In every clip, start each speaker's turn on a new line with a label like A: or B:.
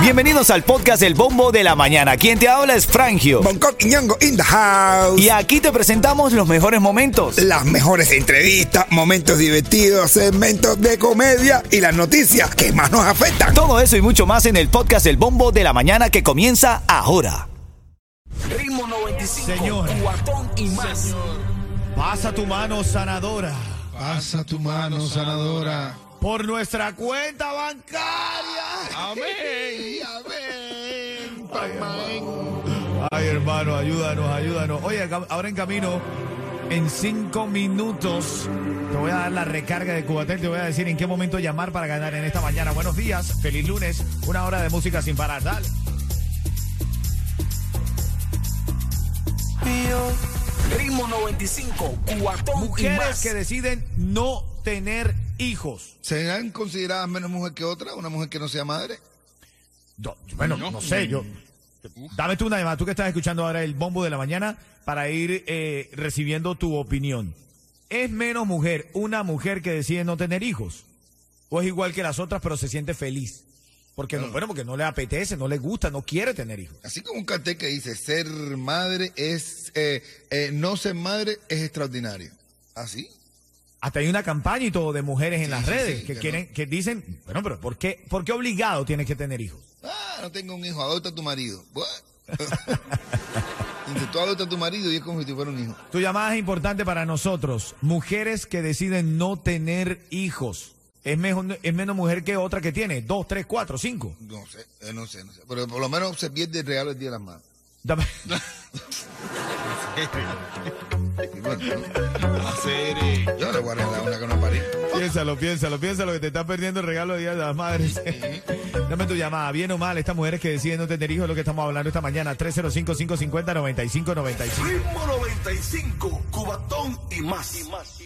A: Bienvenidos al podcast El Bombo de la Mañana. Quien te habla es Frangio.
B: Bangkok y Ñongo in the house.
A: Y aquí te presentamos los mejores momentos.
B: Las mejores entrevistas, momentos divertidos, segmentos de comedia y las noticias que más nos afectan.
A: Todo eso y mucho más en el podcast El Bombo de la Mañana que comienza ahora.
C: Ritmo 95,
D: Señor.
C: cuatón y más.
D: Pasa tu mano sanadora
E: Pasa tu mano sanadora.
D: por nuestra cuenta bancaria.
E: Amén, amén.
D: Ay, hermano, ayúdanos, ayúdanos. Oye, acá- ahora en camino, en cinco minutos, te voy a dar la recarga de Cubatel. Te voy a decir en qué momento llamar para ganar en esta mañana. Buenos días, feliz lunes, una hora de música sin parar. Dale.
C: Ritmo 95, cuatón Oh, y
D: Mujeres
C: más.
D: que deciden no tener hijos.
E: ¿Serán consideradas menos mujer que otra? ¿Una mujer que no sea madre?
D: No, bueno, no sé, yo. Dame tú una llamada, tú que estás escuchando ahora el bombo de la mañana, para ir eh, recibiendo tu opinión. ¿Es menos mujer una mujer que decide no tener hijos? ¿O es igual que las otras, pero se siente feliz? Porque no, bueno, porque no le apetece, no le gusta, no quiere tener hijos.
E: Así como un cartel que dice ser madre es. eh, eh, no ser madre es extraordinario. ¿Ah, ¿Así?
D: Hasta hay una campaña y todo de mujeres en
E: Sí,
D: las
E: sí,
D: redes
E: sí,
D: que
E: que
D: quieren, que dicen, bueno, pero ¿por qué, por qué obligado tienes que tener hijos?
E: Ah, no tengo un hijo, adopta a tu marido. What? Dice, tú adopta a tu marido y es como si te fuera un hijo.
D: Tu llamada es importante para nosotros. Mujeres que deciden no tener hijos. Es, mejor, es menos mujer que otra que tiene. Dos, tres, cuatro, cinco.
E: No sé, eh, no sé, no sé. Pero por lo menos se pierde el regalo el día de las madres.
D: Dame-
E: Y bueno, ¿no? Yo le voy a regalar una que no parí.
D: piénsalo, piénsalo, piénsalo que te estás perdiendo el regalo de Día de las Madres. Dame tu llamada, bien o mal, estas mujeres que deciden no tener hijos es lo que estamos hablando esta mañana. 305-550-9595.
C: Ritmo 95, cuatón y más.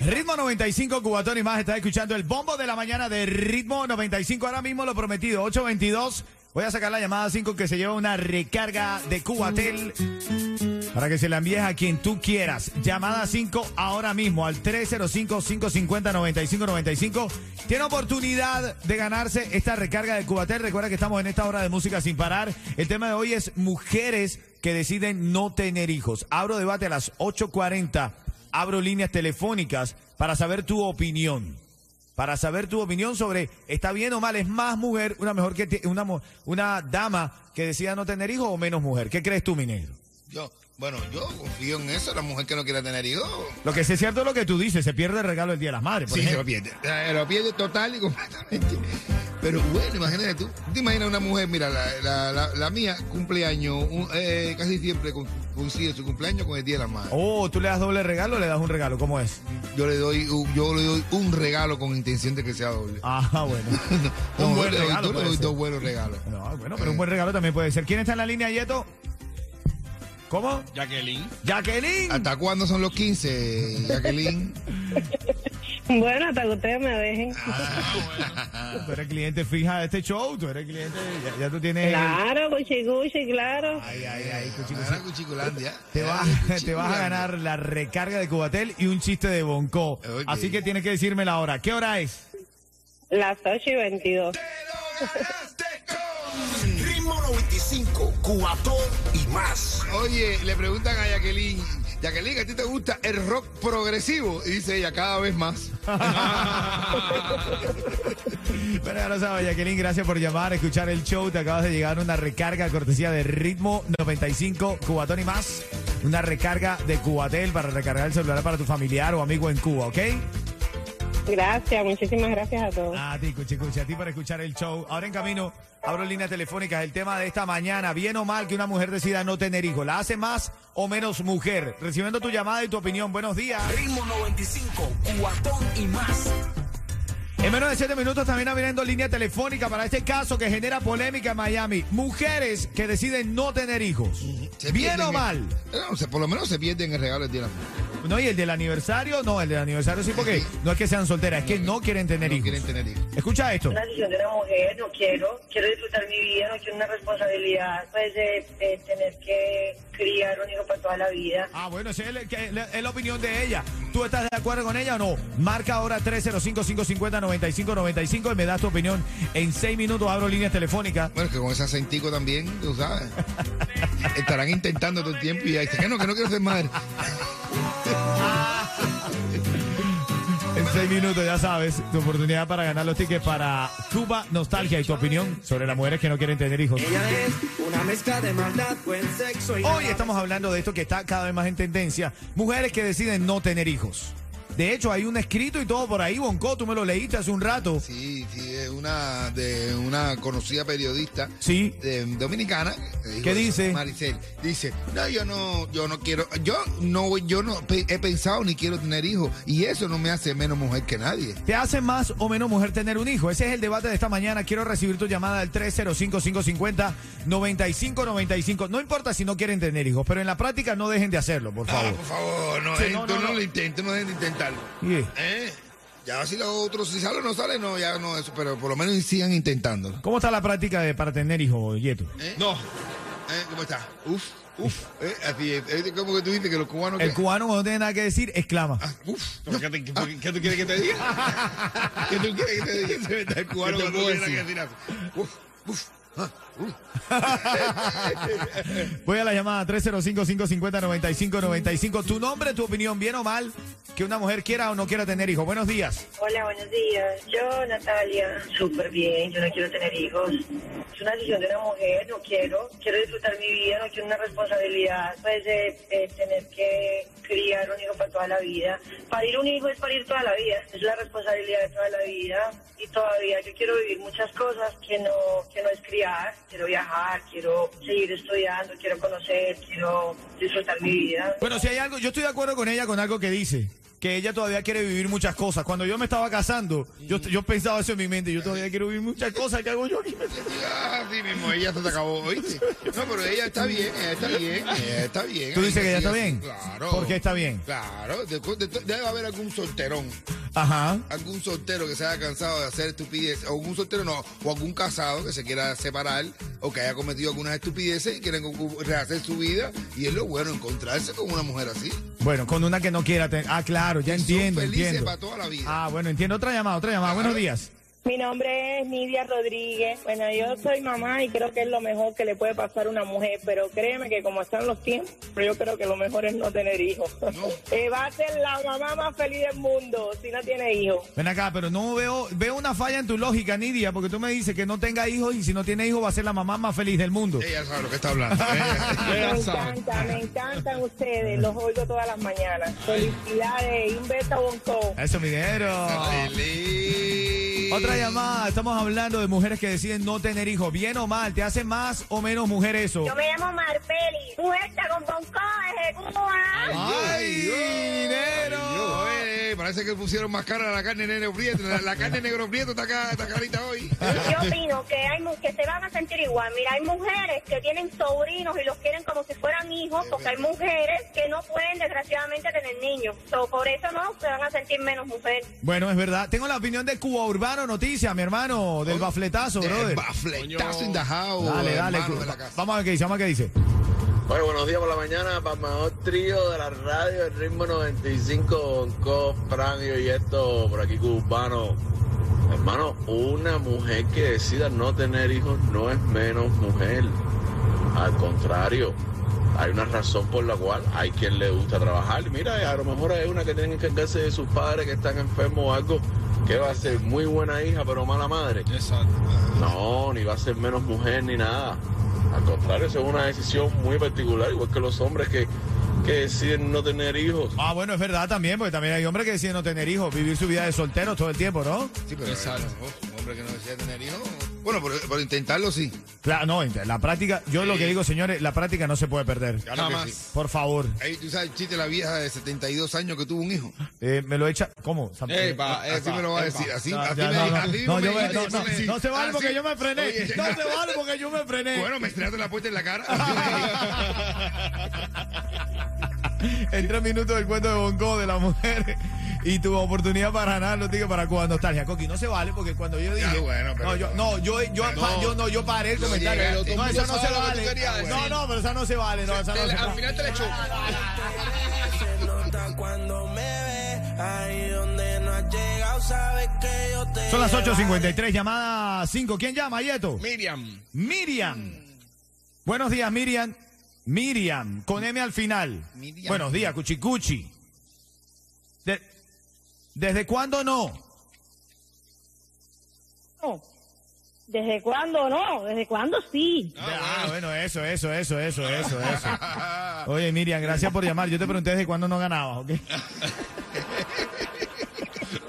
D: Ritmo 95, Cubatón y más. Estás escuchando el bombo de la mañana de Ritmo 95. Ahora mismo lo prometido, 822. Voy a sacar la llamada 5 que se lleva una recarga de Cubatel para que se la envíes a quien tú quieras. Llamada 5 ahora mismo al 305-550-9595. Tiene oportunidad de ganarse esta recarga de Cubatel. Recuerda que estamos en esta hora de música sin parar. El tema de hoy es mujeres que deciden no tener hijos. Abro debate a las 8.40. Abro líneas telefónicas para saber tu opinión para saber tu opinión sobre está bien o mal, es más mujer una mejor que ti- una mu- una dama que decida no tener hijos o menos mujer. ¿Qué crees tú, mi negro?
E: Yo, bueno, yo confío en eso, la mujer que no quiera tener hijos.
D: Lo que sí es cierto es lo que tú dices, se pierde el regalo del Día de las Madres, por
E: Sí, se
D: ejemplo.
E: lo pierde. Eh, Lo pierde total y completamente. Pero bueno, imagínate tú. ¿Tú ¿Te imaginas una mujer? Mira, la, la, la, la mía cumpleaños, un- eh, casi siempre con- coincide su cumpleaños con el Día de la Madre.
D: Oh, tú le das doble regalo o le das un regalo, ¿cómo es?
E: Yo le doy un, yo le doy un regalo con intención de que sea doble.
D: Ah, bueno.
E: No,
D: un buen
E: yo le doy-
D: regalo.
E: yo le
D: puede
E: doy
D: ser.
E: dos buenos regalos.
D: No, bueno, pero un buen regalo también puede ser. ¿Quién está en la línea, Yeto? ¿Cómo?
F: Jacqueline.
D: Jacqueline.
E: ¿Hasta cuándo son los 15, Jacqueline?
G: Bueno, hasta que ustedes me dejen.
D: Tú eres cliente fija de este show, tú eres cliente, ya, ya tú tienes...
G: Claro, cuchi, cuchi, claro.
D: Ay, ay, ay, cuchicuchi.
E: Ahora Cuchiculandia.
D: Te vas, te vas a ganar la recarga de Cubatel y un chiste de Bonco.
E: Ok.
D: Así que tienes que decirme la hora. ¿Qué hora es?
G: Las 8 y 22.
C: Ritmo 95, cuatón y más.
E: Oye, le preguntan a Jacqueline, Jacqueline, ¿a ti te gusta el rock progresivo? Y dice ella, cada vez más.
D: Pero ya lo sabes, Jacqueline, gracias por llamar, escuchar el show. Te acabas de llegar una recarga cortesía de Ritmo 95 Cubatón y más. Una recarga de Cubatel para recargar el celular para tu familiar o amigo en Cuba, ¿ok?
G: Gracias, muchísimas gracias a todos.
D: A Ah, ti, cuchi, cuchi, a ti para escuchar el show. Ahora en camino, abro líneas telefónicas. El tema de esta mañana, bien o mal que una mujer decida no tener hijos. ¿La hace más o menos mujer? Recibiendo tu llamada y tu opinión. Buenos días.
C: Ritmo 95, cuatón y más.
D: En menos de siete minutos también abriendo línea telefónica para este caso que genera polémica en Miami. Mujeres que deciden no tener hijos.
E: Mm, Se
D: Bien
E: pierden
D: o
E: el- Eh,
D: mal.
E: No, se- por lo menos se pierden el regalo del día de la mujer.
D: No, y el del aniversario, no, el del aniversario sí, porque no es que sean solteras, es que no quieren tener
E: No
D: hijos.
E: quieren tener hijos.
D: Escucha esto.
F: una decisión de la mujer, no quiero, quiero disfrutar mi vida, no quiero una responsabilidad, pues, de, de tener que criar un hijo para toda la vida.
D: Ah, bueno, esa es, la- que- la- es la opinión de ella. ¿Tú estás de acuerdo con ella o no? Marca ahora 305-550-9595 y me das tu opinión. En seis minutos abro líneas telefónicas.
E: Bueno, que con ese acentico también, tú sabes. Estarán intentando todo el tiempo y ahí dice que no, que no quiero ser madre.
D: En seis minutos, ya sabes, tu oportunidad para ganar los tickets para Cuba Nostalgia y tu opinión sobre las mujeres que no quieren tener hijos.
H: Ella es una mezcla de maldad, buen sexo y...
D: Hoy estamos hablando de esto que está cada vez más en tendencia. Mujeres que deciden no tener hijos. De hecho, hay un escrito y todo por ahí, Bonco, tú me lo leíste hace un rato.
E: Sí, sí, es una de una conocida periodista
D: Sí.
E: de- dominicana. que dijo
D: ¿Qué
E: eso,
D: dice?
E: Maricel dice, no, yo no, yo no quiero, yo no, yo no pe- he pensado ni quiero tener hijos y eso no me hace menos mujer que nadie.
D: ¿Te hace más o menos mujer tener un hijo? Ese es el debate de esta mañana. Quiero recibir tu llamada al 305-550-9595. No importa si no quieren tener hijos, pero en la práctica no dejen de hacerlo, por
E: Ah,
D: favor.
E: por favor, no,
D: Sí,
E: eh,
D: no,
E: tú
D: no,
E: no,
D: no.
E: lo intentes, no dejes de intentarlo.
D: Yeah.
E: ¿Eh? Ya si los otros, si sale o no sale, no, ya no eso, pero por lo menos sigan intentándolo.
D: ¿Cómo está la práctica de, para tener hijos, Yeto?
E: ¿Eh? No. ¿Cómo está? Uf, uf, eh, así es. Eh, ¿Cómo que tú dices que los cubanos...
D: El
E: que-
D: cubano cuando no tiene nada que decir, exclama.
E: Ah, uf. ¿Qué, te- qué- qué tú quieres que te diga? ¿Qué tú quieres que te diga? Se me está el cubano
D: ¿Qué te
E: cuando
D: puedo
E: viene
D: decir?
E: a decir así. Uf, uf. ah, uf.
D: Voy a la llamada 305-550-9595. Tu nombre, tu opinión, bien o mal, que una mujer quiera o no quiera tener hijos. Buenos días.
F: Hola, buenos días. Yo, Natalia, súper bien, yo no quiero tener hijos. Es una decisión de una mujer, no quiero, quiero disfrutar mi vida, no quiero una responsabilidad, pues, de, de tener que criar un hijo para toda la vida. Parir un hijo es parir toda la vida, es la responsabilidad de toda la vida y todavía yo quiero vivir muchas cosas que no, que no es criar, quiero viajar, quiero seguir estudiando, quiero conocer, quiero disfrutar mi vida.
D: Bueno, si hay algo, yo estoy de acuerdo con ella con algo que dice, que ella todavía quiere vivir muchas cosas. Cuando yo me estaba casando, yo, yo pensaba eso en mi mente, yo todavía quiero vivir muchas cosas, ¿qué hago yo aquí?
E: Ah, sí mismo, ella se te acabó, ¿oíste? No, pero ella está bien, ella está bien, ella está bien.
D: ¿Tú dices que ella está
E: Sí,
D: bien?
E: Claro.
D: ¿Por qué está bien?
E: Claro, de- de- debe haber algún solterón,
D: Ajá.
E: algún soltero que se haya cansado de hacer estupidez, o algún soltero no, o algún casado que se quiera separar o que haya cometido algunas estupideces y quieren ocu- rehacer su vida y es lo bueno encontrarse con una mujer así.
D: Bueno, con una que no quiera tener. Ah, claro, ya entiendo,
E: Son felices
D: entiendo.
E: para toda la vida.
D: Ah, bueno, entiendo. Otra llamada, otra llamada. Buenos días.
G: Mi nombre es Nidia Rodríguez. Bueno, yo soy mamá y creo que es lo mejor que le puede pasar a una mujer, pero créeme que como están los tiempos, yo creo que lo mejor es no tener hijos. Eh, va a ser la mamá más feliz del mundo si no tiene hijos.
D: Ven acá, pero no veo veo una falla en tu lógica, Nidia, porque tú me dices que no tenga hijos y si no tiene hijos va a ser la mamá más feliz del mundo.
E: Ella sabe lo que está hablando.
G: Me
E: Ella, ella sabe.
G: encanta, me encantan ustedes, los oigo todas las mañanas. Felicidades, y un beso a Bonco.
D: Eso, mi dinero.
E: Feliz.
D: Otra llamada, estamos hablando de mujeres que deciden no tener hijos, bien o mal, ¿te hace más o menos mujer eso?
I: Yo me llamo Marpeli, muerta con Bonco desde Cuba.
E: Ay,
D: ¡Ay,
E: Dios.
D: dinero!
E: Oye, eh, parece que pusieron más cara a la carne negro prieto. La, la carne negro prieto está, acá, está carita hoy.
D: Eh,
I: Yo opino que hay mu- que se van a sentir igual. Ah, Mira, hay mujeres que tienen sobrinos y los quieren como si fueran hijos, porque hay mujeres que no pueden desgraciadamente tener niños. So, por eso no se van a sentir menos mujeres.
D: Bueno, es verdad. Tengo la opinión de Cuba Urbano Noticias, mi hermano,
E: Oh,
D: del bafletazo, brother.
E: Eh, Bafletazo indajado.
D: Dale, dale.
E: hermano de la
D: Cuba.
E: casa.
D: Vamos a ver qué dice, vamos a ver qué dice.
J: Bueno, buenos días por la mañana para el mejor trío de la radio, el ritmo 95, Bonco, Franio y esto por aquí cubano. Hermano, una mujer que decida no tener hijos no es menos mujer. Al contrario, hay una razón por la cual hay quien le gusta trabajar. Mira, a lo mejor hay una que tiene que encargarse de sus padres que están enfermos o algo, que va a ser muy buena hija pero mala madre. No, ni va a ser menos mujer ni nada. Al contrario, eso es una decisión muy particular, igual que los hombres que, que deciden no tener hijos.
D: Ah, bueno, es verdad también, porque también hay hombres que deciden no tener hijos, vivir su vida de soltero todo el tiempo, ¿no?
E: Sí, pero, bueno, un hombre que no desea tener hijos. Bueno, por, por intentarlo sí.
D: Claro, no, ent- la práctica, yo lo que digo, señores, la práctica no se puede perder.
E: Claro que
D: Jamás.
E: sí.
D: Por favor,
E: Ahí tú sabes el chiste de la vieja de 72 años que tuvo un hijo.
D: eh, me lo echa. ¿Cómo?
E: así me lo va a decir. Así,
D: No,
E: así
D: Ah, ya,
E: me
D: no, no.
E: así mismo
D: No,
E: me
D: yo me-
E: dijiste
D: no,
E: que
D: no,
E: me-
D: no se vale
E: así-
D: porque yo me frené.
E: Oye,
D: No se vale porque yo me frené.
E: Bueno, me estrenaste la puerta en la cara.
D: en tres minutos el cuento de Bongo de la mujer y tu oportunidad para ganar los tickets para Cuba Nostalgia. Coqui, no se vale porque cuando yo dije.
E: bueno, pero-
D: no, yo, no, yo, yo,
E: No.
D: pa- yo no, yo paré el
E: No
D: comentario.
E: llegaste. Todo
D: no,
E: el mundo
D: esa no
E: sabe
D: se
E: lo que tú
D: vale.
E: querías decir.
D: no, no, pero esa no se vale. No, esa no se
H: Al
D: vale.
H: final te la echó.
K: Se nota cuando me ve, ahí donde no has llegado, sabes que yo te.
D: Son las 8.53, llamada 5. ¿Quién llama, Yeto?
E: Miriam.
D: Miriam. Buenos días, Miriam. Miriam, con M al final.
E: Miriam.
D: Buenos días, Cuchicuchi. De- ¿Desde cuándo no?
L: No. ¿Desde cuándo no? ¿Desde cuándo sí?
D: Ah, bueno, eso, eso, eso, eso, eso, eso. Oye, Miriam, gracias por llamar. Yo te pregunté desde cuándo no ganabas, ¿ok?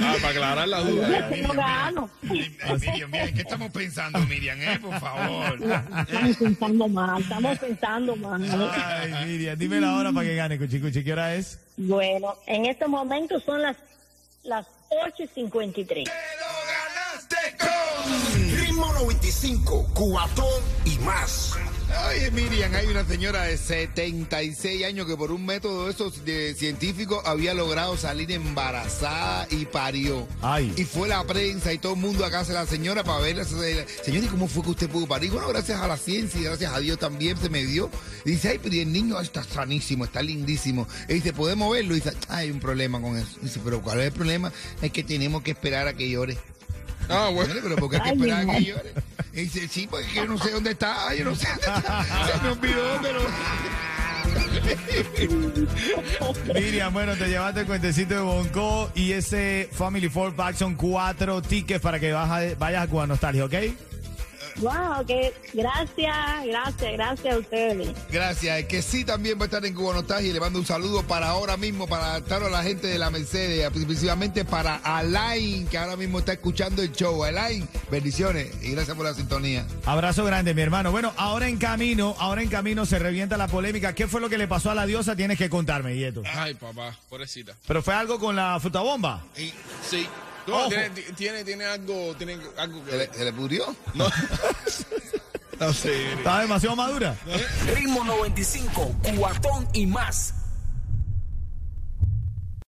E: Ah, para aclarar la duda.
L: Yo sí no gano.
E: Ay, Miriam, mira, ¿qué estamos pensando, Miriam? Eh, por favor.
L: Estamos pensando mal, estamos pensando mal.
D: Ay, Miriam, dime la hora para que gane, Cuchicuchi. ¿Qué hora es?
L: Bueno, en estos momentos son las, las 8.53.
C: Ritmo 95, cuatón y más.
E: Oye, Miriam, hay una señora de 76 años que por un método de esos de científicos había logrado salir embarazada y parió.
D: Ay.
E: Y fue la prensa y todo el mundo a casa de la señora para verla. Señora, ¿y cómo fue que usted pudo parir? Bueno, gracias a la ciencia y gracias a Dios también se me dio. Y dice, ay, pero y el niño ay, está sanísimo, está lindísimo. Y dice, ¿podemos verlo? Y dice, "Ay, hay un problema con eso. Y dice, ¿pero cuál es el problema? Es que tenemos que esperar a que llore. Ah, bueno. Pero ¿por qué hay que
L: Ay,
E: esperar
L: mi
E: a que
L: madre.
E: llore? Y dice, sí, porque yo no sé dónde está, yo no sé dónde está. Se me olvidó, pero...
D: Miriam, bueno, te llevaste el cuentecito de Bonco y ese Family Four Pack son cuatro tickets para que baja- vayas a Cuba Nostalgia, ¿ok?
L: Wow, que gracias, gracias, gracias a ustedes.
E: Gracias, es que sí también va a estar en Cuba Nostalgia y le mando un saludo para ahora mismo, para claro, a la gente de la Mercedes, principalmente para Alain, que ahora mismo está escuchando el show. Alain, bendiciones y gracias por la sintonía.
D: Abrazo grande, mi hermano. Bueno, ahora en camino, ahora en camino se revienta la polémica. ¿Qué fue lo que le pasó a la diosa? Tienes que contarme, Yeto.
M: Ay, papá, pobrecita.
D: Pero fue algo con la frutabomba.
M: Y, sí. No,
D: Ojo.
M: tiene, ti- tiene, tiene algo, tiene algo que
E: ¿Se le, se le pudrió?
M: No. no sé.
D: Estaba demasiado madura.
C: Ritmo 95, cuatón y más.